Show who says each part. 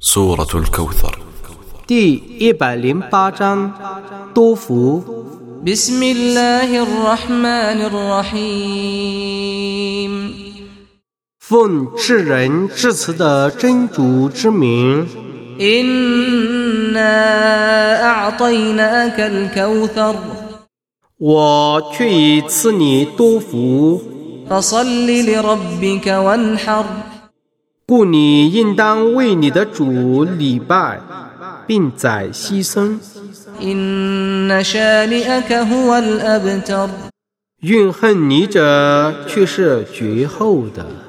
Speaker 1: سورة الكوثر
Speaker 2: 第一百零八章多福。
Speaker 3: بسم الله الرحمن الرحيم
Speaker 2: 奉至仁至慈的真主之名，
Speaker 3: إنا أعطيناك الكوثر
Speaker 2: 我却已赐你多福，
Speaker 3: فصل لربك وانحر
Speaker 2: 故你应当为你的主礼拜，并宰牺牲。
Speaker 3: إن شانئك هو الأبتر
Speaker 2: 怨恨你者却是绝后的。